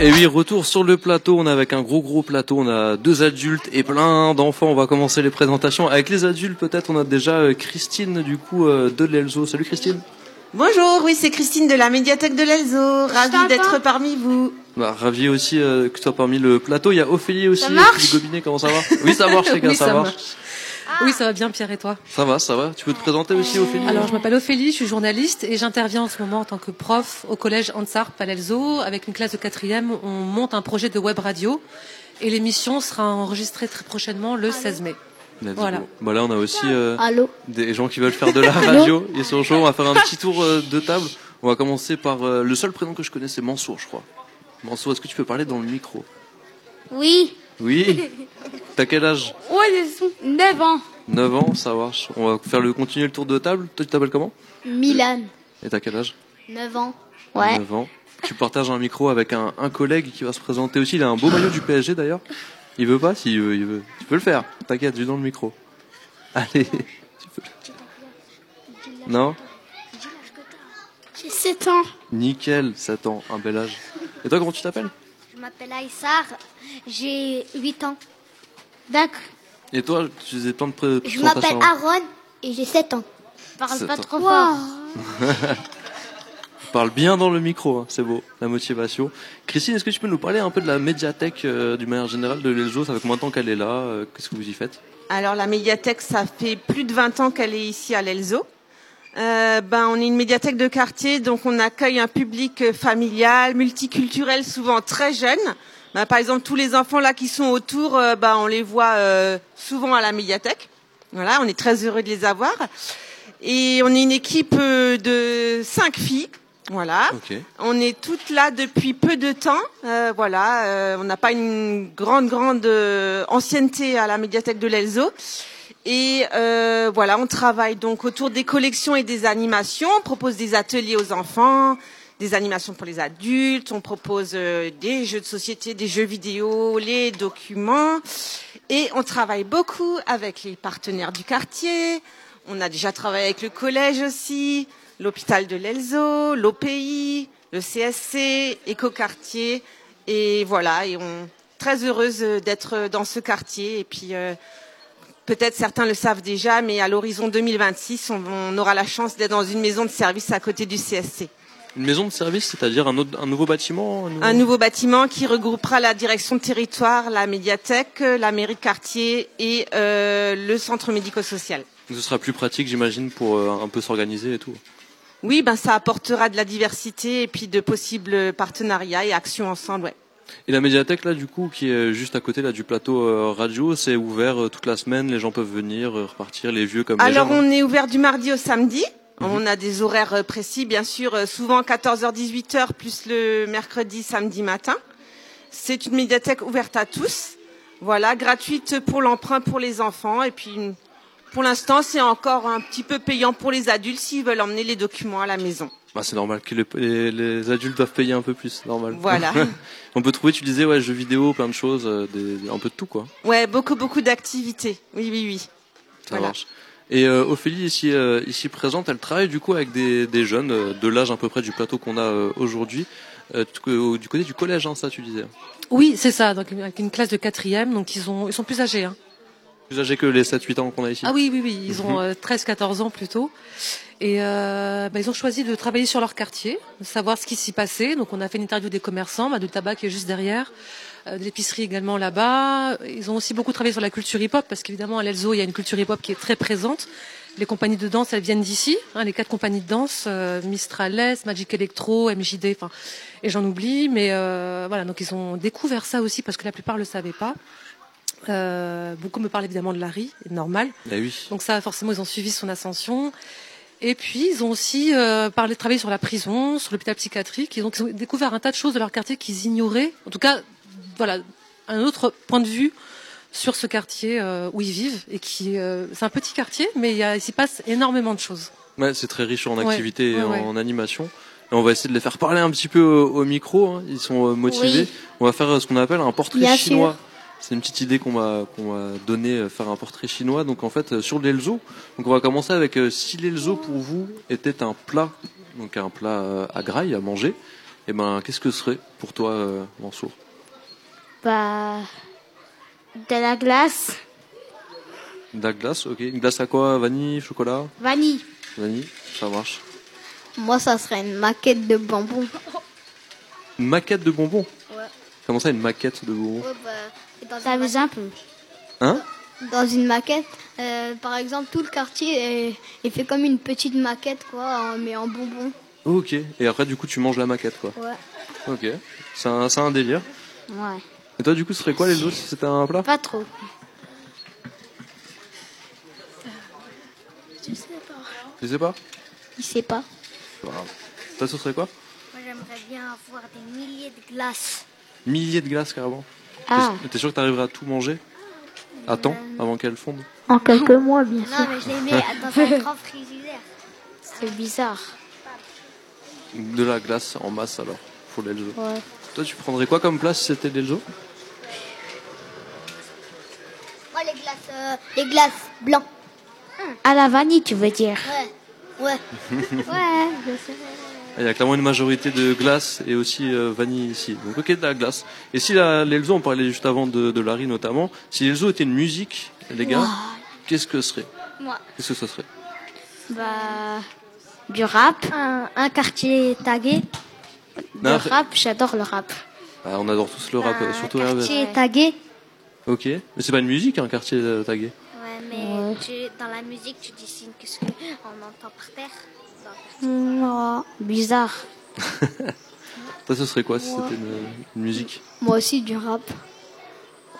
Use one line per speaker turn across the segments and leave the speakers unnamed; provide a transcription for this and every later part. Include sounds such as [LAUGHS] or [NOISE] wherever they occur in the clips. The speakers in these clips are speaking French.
Et oui, retour sur le plateau. On est avec un gros gros plateau. On a deux adultes et plein d'enfants. On va commencer les présentations. Avec les adultes, peut-être, on a déjà euh, Christine, du coup, euh, de l'Elzo. Salut Christine.
Bonjour, oui, c'est Christine de la médiathèque de l'Elzo. Ravie d'être parmi vous.
Bah, ravi aussi euh, que tu sois parmi le plateau. Il y a Ophélie aussi.
Ça marche
du Gobinet, comment ça va Oui, ça marche, les gars,
Oui,
ça,
ça
marche.
Oui, ça va bien, Pierre et toi
Ça va, ça va. Tu peux te présenter aussi, Ophélie
Alors, je m'appelle Ophélie, je suis journaliste et j'interviens en ce moment en tant que prof au collège Ansar Palelzo. Avec une classe de quatrième, on monte un projet de web radio et l'émission sera enregistrée très prochainement le 16 mai.
Let's
Voilà.
go. Bah là, on a aussi euh,
Allô
des gens qui veulent faire de la radio. Ils sont chauds. On va faire un petit tour euh, de table. On va commencer par euh, le seul prénom que je connais, c'est Mansour, je crois. Mansour, est-ce que tu peux parler dans le micro
Oui.
Oui. T'as quel âge
Ouais, ils sont 9 ans.
9 ans, ça marche. On va faire le continuer le tour de table. Toi, tu t'appelles comment
Milan,
Et t'as quel âge
9 ans. Ouais.
9 ans. Tu partages un micro avec un, un collègue qui va se présenter aussi. Il a un beau maillot du PSG d'ailleurs. Il veut pas S'il veut, il veut. Tu peux le faire. T'inquiète, je suis dans le micro. [LAUGHS] Allez. Tu peux le- Non
J'ai 7 ans.
Nickel, 7 ans, un bel âge. Et toi, comment tu t'appelles
Je m'appelle Aïssar. J'ai 8 ans. D'accord.
Et toi, tu faisais plein de pré-
Je
présentations.
m'appelle Aaron et j'ai 7 ans.
Sept
Parle
pas ans.
trop fort.
Parle bien dans le micro, hein, c'est beau, la motivation. Christine, est-ce que tu peux nous parler un peu de la médiathèque euh, d'une manière générale de l'Elzo Ça fait combien de temps qu'elle est là euh, Qu'est-ce que vous y faites
Alors, la médiathèque, ça fait plus de 20 ans qu'elle est ici à l'Elzo. Euh, ben, on est une médiathèque de quartier, donc on accueille un public euh, familial, multiculturel, souvent très jeune. Ben, par exemple, tous les enfants là qui sont autour, euh, ben, on les voit euh, souvent à la médiathèque. Voilà, on est très heureux de les avoir. Et on est une équipe euh, de cinq filles. Voilà.
Ok.
On est toutes là depuis peu de temps. Euh, voilà, euh, on n'a pas une grande, grande euh, ancienneté à la médiathèque de l'Elzo. Et euh, voilà, on travaille donc autour des collections et des animations. On propose des ateliers aux enfants, des animations pour les adultes. On propose euh, des jeux de société, des jeux vidéo, les documents. Et on travaille beaucoup avec les partenaires du quartier. On a déjà travaillé avec le collège aussi, l'hôpital de l'Elzo, l'OPI, le CSC, Écoquartier. Et voilà, et on très heureuse d'être dans ce quartier. Et puis, euh, peut-être certains le savent déjà, mais à l'horizon 2026, on, on aura la chance d'être dans une maison de service à côté du CSC.
Une maison de service, c'est-à-dire un, autre- un nouveau bâtiment
Un nouveau bâtiment qui regroupera la direction de territoire, la médiathèque, la mairie de quartier et euh, le centre médico-social.
Ce sera plus pratique, j'imagine, pour euh, un peu s'organiser et tout.
Oui, ben ça apportera de la diversité et puis de possibles partenariats et actions ensemble. Ouais.
Et la médiathèque, là, du coup, qui est juste à côté là du plateau euh, radio, c'est ouvert euh, toute la semaine. Les gens peuvent venir, euh, repartir, les vieux comme
Alors
les jeunes. hein.
on est ouvert du mardi au samedi.
Mhm.
On a des horaires euh, précis, bien sûr, euh, souvent 14h-18h plus le mercredi, samedi matin. C'est une médiathèque ouverte à tous. Voilà, gratuite pour l'emprunt pour les enfants et puis une- pour l'instant c'est encore un petit peu payant pour les adultes s'ils veulent emmener les documents à la maison.
Bah, c'est normal que les, les- les adultes doivent payer un peu plus, c'est normal.
Voilà.
[LAUGHS] on peut trouver, tu disais, ouais, jeux vidéo, plein de choses, euh, des- un peu de tout, quoi.
Ouais, beaucoup beaucoup d'activités. Oui, oui, oui.
Ça
Voilà.
marche. Et euh, Ophélie, ici, euh, ici présente, elle travaille du coup avec des, des jeunes euh, de l'âge à peu près du plateau qu'on a euh, aujourd'hui, euh, du co- du côté du collège, hein, ça tu disais.
Oui, c'est ça, donc avec une classe de quatrième, donc ils, ont, ils sont plus âgés. Hein.
Plus âgé que les 7-8 ans qu'on a ici.
Ah oui, oui, oui, ils
Mhm.
ont 13-14 ans plutôt. Et euh, bah, ils ont choisi de travailler sur leur quartier, de savoir ce qui s'y passait. Donc on a fait une interview des commerçants, bah, du tabac qui est juste derrière, euh, de l'épicerie également là-bas. Ils ont aussi beaucoup travaillé sur la culture hip-hop, parce qu'évidemment à l'Elzo, il y a une culture hip-hop qui est très présente. Les compagnies de danse, elles viennent d'ici. hein, les quatre compagnies de danse, euh, Mistrales, Magic Electro, MJD, enfin, et j'en oublie. Mais euh, voilà, donc ils ont découvert ça aussi, parce que la plupart le savaient pas. Euh, beaucoup me parlent évidemment de Larry, normal.
Eh oui.
Donc ça, forcément, ils ont suivi son ascension. Et puis, ils ont aussi euh, parlé, travaillé sur la prison, sur l'hôpital psychiatrique. Ils ont, ils ont découvert un tas de choses de leur quartier qu'ils ignoraient. En tout cas, voilà, un autre point de vue sur ce quartier euh, où ils vivent. Et qui, euh, c'est un petit quartier, mais il, y a, il s'y passe énormément de choses.
Ouais, c'est très riche en
Ouais,
activités et
ouais, ouais.
en animation. Et on va essayer de les faire parler un petit peu au, au micro, hein. ils sont euh, motivés.
Oui.
On va faire euh, ce qu'on appelle un portrait
Bien
chinois. C'est une petite idée qu'on va, qu'on va donner, euh, faire un portrait chinois, donc en fait euh, sur l'Elzo. Donc on va commencer avec euh, si l'Elzo pour vous était un plat, donc un plat euh, à graille à manger, Et ben, qu'est-ce que serait pour toi, euh, Mansour
Bah, de la glace,
De la glace, ok. Une glace à quoi Vanille, chocolat
vanille.
Vanille, ça marche.
Moi, ça serait une maquette de bambou.
Une maquette de bonbons
Ouais.
Comment ça, une maquette de bonbons
bah,
dans,
Ça
une
faisait un peu.
Hein
ma- dans une maquette, euh, par exemple, tout le quartier est, est fait comme une petite maquette, quoi, en- mais en bonbons.
Ok. Et après, du coup, tu manges la maquette, quoi.
Ouais.
Ok. C'est un, c'est un délire.
Ouais.
Et toi, du coup, ce serait quoi les autres si c'était un plat
Pas trop.
Je sais pas.
Il sait pas.
C'est pas grave. Toi, ce serait quoi
Moi, j'aimerais bien avoir des milliers de glaces.
Milliers de glaces, carrément.
Ah, Euh.
T'es- T'es sûr que t'arriveras à tout manger À temps, avant qu'elle fonde
En quelques mois, bien
non, mais je les mets dans un grand frigidaire.
C'est bizarre.
De la glace en masse, alors, pour l'Elzo.
Ouais.
Toi, tu prendrais quoi comme place si c'était l'Elzo
Moi, les glaces, euh, les glaces blancs.
À la vanille, tu veux dire
Ouais. Ouais.
Ouais.
Il y a clairement une majorité de glace et aussi euh, vanille ici. Donc ok, de la glace. Et si la- l'Elzo, on parlait juste avant de, de Larry notamment, si l'Elzo était une musique, les gars, qu'est-ce que ce serait
Moi.
Qu'est-ce que ce serait
Bah,
Du rap. Un, un quartier tagué.
le
Non,
rap, j'adore le rap.
Ah, On adore tous le rap, euh, surtout
Un
Herbert.
quartier tagué.
Ok, mais c'est pas une musique, un quartier euh, tagué.
Ouais, mais tu- dans la musique, tu dessines qu'est-ce qu'on entend par terre.
Mm, Non, bizarre.
Toi, ce serait quoi si c'était une, une musique
Moi aussi, du rap.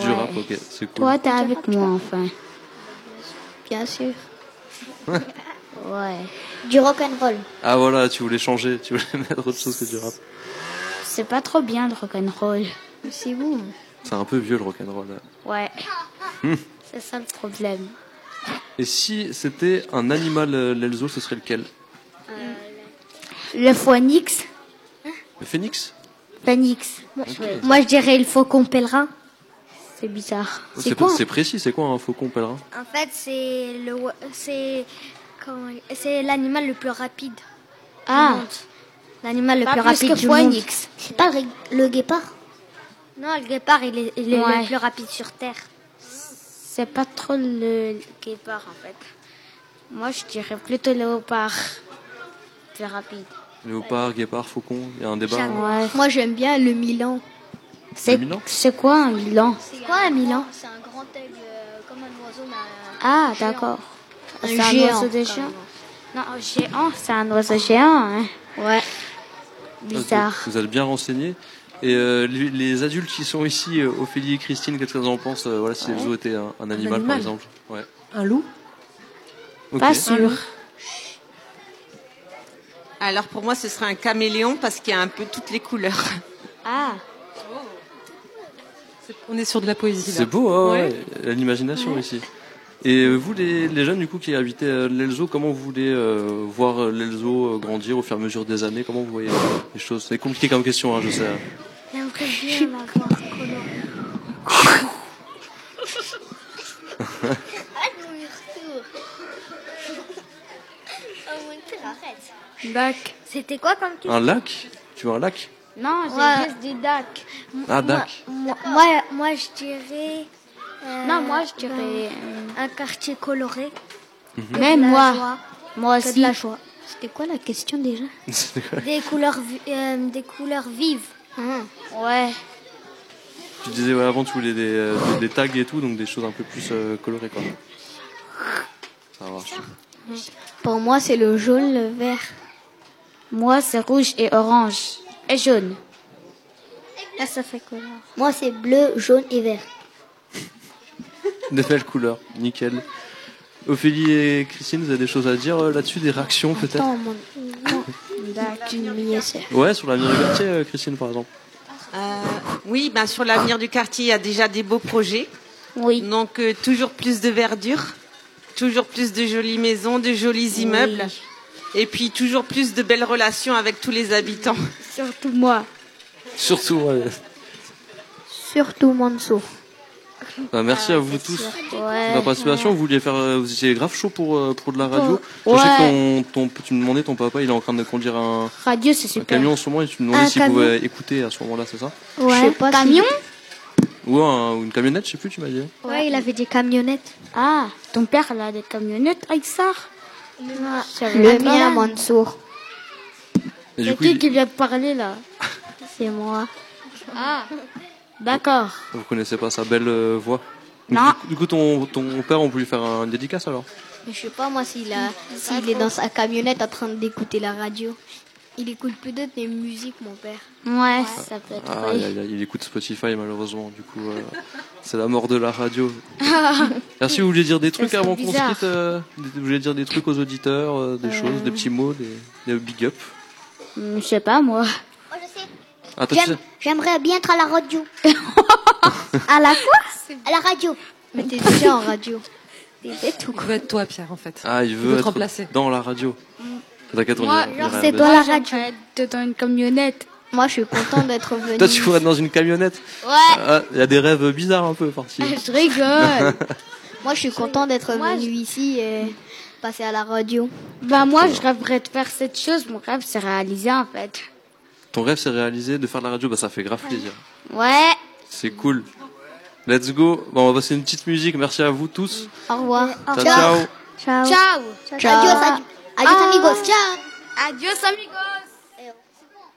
Du rap, ok, c'est cool.
Toi, t'es avec moi, enfin. Bien sûr.
Ouais. Du rock and roll.
Ah voilà, tu voulais changer, tu voulais [LAUGHS] mettre autre chose que du rap.
C'est pas trop bien le rock'n'roll. C'est vous.
C'est un peu vieux le rock'n'roll. là.
Ouais.
Hmm.
C'est ça le problème.
Et si c'était un animal, euh, l'Elzo, ce serait lequel
Le phoenix
Le phénix
Phoenix.
Moi, je dirais il faut qu'on pèlerin.
C'est bizarre.
C'est c'est précis, c'est quoi hein un faucon pèlerin
En fait, c'est le c'est comment- c'est l'animal le plus rapide.
Ah.
du monde. L'animal le
Pas
plus
plus
rapide
que
du
Phoenix.
monde. C'est pas le, guépard Non, le guépard il est, il est
Ouais.
le plus rapide sur terre.
C'est pas trop le
Guépard en fait.
Moi, je dirais plutôt léopard. Plus rapide.
Léopard, guépard, faucon, il y a un débat. hein.
Ouais.
Moi j'aime bien le Milan.
C'est
Milan
c'est quoi un Milan
C'est
Quoi un Milan
C'est un grand aigle euh, comme un oiseau
Ah, d'accord.
Ah,
C'est un
géant,
oiseau de géant. Non, un géant, c'est un oiseau géant. Hein.
Ouais.
Bizarre.
Vous êtes bien renseigné. Et euh, les, les adultes qui sont ici, euh, Ophélie et Christine, qu'est-ce qu'elles en pensent euh, Voilà, si l'Elzo était un, un animal, par
animal.
exemple. Ouais.
Un loup
Ok.
Pas sûr.
Alors pour moi, ce serait un caméléon parce qu'il y a un peu toutes les couleurs.
Ah,
On est sur de la poésie. là.
C'est beau, hein,
Ouais.
ouais. Il y a l'imagination ici. Et euh, vous, les, les jeunes du coup qui habitaient euh, l'Elzo, comment vous voulez euh, voir euh, l'Elzo euh, grandir au fur et à mesure des années Comment vous voyez euh, les choses C'est compliqué comme question, hein, je sais. hein.
J'aimerais bien l'avoir coloré. Ah, non, il retourne. Oh mon Dieu, arrête.
Dac.
C'était quoi comme question
Un lac Tu veux un lac
Non, j'ai
Ouais.
juste dit Dac.
Ah, Dac. [LAUGHS]
Moi, moi, moi, je dirais. euh,
Non, moi, je dirais. euh,
Un quartier coloré.
Même
la
moi.
joie.
Moi
Que
aussi.
de la joie.
C'était quoi la question déjà
Des couleurs, vi- euh, des couleurs vives.
Ah, Ouais.
Tu disais ouais, avant, tu voulais des, euh, des- des tags et tout, donc des choses un peu plus euh, colorées, quoi. Ça marche.
Pour moi c'est le jaune, le vert.
Moi, c'est rouge et orange. Et jaune.
Là, ça fait couleur.
Moi c'est bleu, jaune et vert.
Des belles couleurs, nickel. Ophélie et Christine, vous avez des choses à dire euh, là-dessus, des réactions peut-être
bah,
Dac, tu m'y essaies.
Ouais, sur l'avenir du quartier, euh, Christine, par exemple.
Euh, oui, ben sur l'avenir du quartier, il y a déjà des beaux projets.
Oui.
Donc euh, toujours plus de verdure, toujours plus de jolies maisons, de jolis immeubles, et puis toujours plus de belles relations avec tous les habitants.
Surtout moi.
Surtout, ouais.
Surtout Mansour.
Bah, merci à vous tous.
Euh,
La participation, vous vouliez faire, euh, vous étiez grave chaud pour, euh, pour de la radio. Je sais que ton, ton- tu me demandais, ton papa, il est en train de conduire un,
Radio, c'est
un
super.
camion en ce moment, et tu me demandais
Un
s'il
camion.
pouvait écouter à ce moment-là, c'est ça
Je sais pas Camion
Ou, un- ou une camionnette, je sais plus, tu m'as dit.
Ouais, il avait des camionnettes.
Ah, ton père, il a des camionnettes avec ça
Euh,
Le mien, Mansour.
Et du
C'est
coup,
qui
il-
qui vient de parler là
C'est moi.
D'accord.
vous connaissez pas sa belle euh, voix
Non.
Du coup- Du coup, ton, ton père, on peut lui faire un- une dédicace alors
Mais je sais pas moi s'il a s'il est dans sa camionnette en train d'écouter la radio. Il écoute peut-être des musiques mon père.
Ouais, ça peut être.
Ah, il, il- il écoute Spotify malheureusement, du coup, euh, c'est la mort de la radio. Merci, vous voulez dire des trucs
Ça, c'est
avant qu'on se
bizarre.
quitte euh, Vous voulez dire des trucs aux auditeurs, euh, des choses, des petits mots, des, des big up
Je sais pas moi.
Ah, toi, tu
Oh, J'aime-
sais-
J'aimerais bien être à la
[LAUGHS]
radio. à la
Ah,
quoi À la radio.
Mais t'es déjà en [LAUGHS] radio. C'est tout.
Il veut être toi, Pierre, en fait.
Ah, il
veut
veut
te
être
remplacer.
dans la radio. T'inquiète, on
Moi,
ira- on
genre,
ira
c'est
avec.
dans la radio. Être dans une camionnette.
Moi je suis content d'être venu.
Toi, tu voudrais être dans une camionnette
Ouais,
Ah, Il y a des rêves bizarres un peu, par-ci.
je
[LAUGHS]
rigole.
Moi je suis content d'être
Moi,
venu ici et passer à la radio.
bah, moi, je rêverais de faire cette chose. Mon rêve, c'est réalisé en fait.
Ton rêve s'est réalisé de faire de la radio, bah ça fait grave plaisir.
Ouais.
C'est cool. Let's go. Bon, on va passer une petite musique. Merci à vous tous.
Au revoir.
Ciao, ciao.
Ciao.
Ciao.
Adios,
Adios amigos.
Adios, amigos.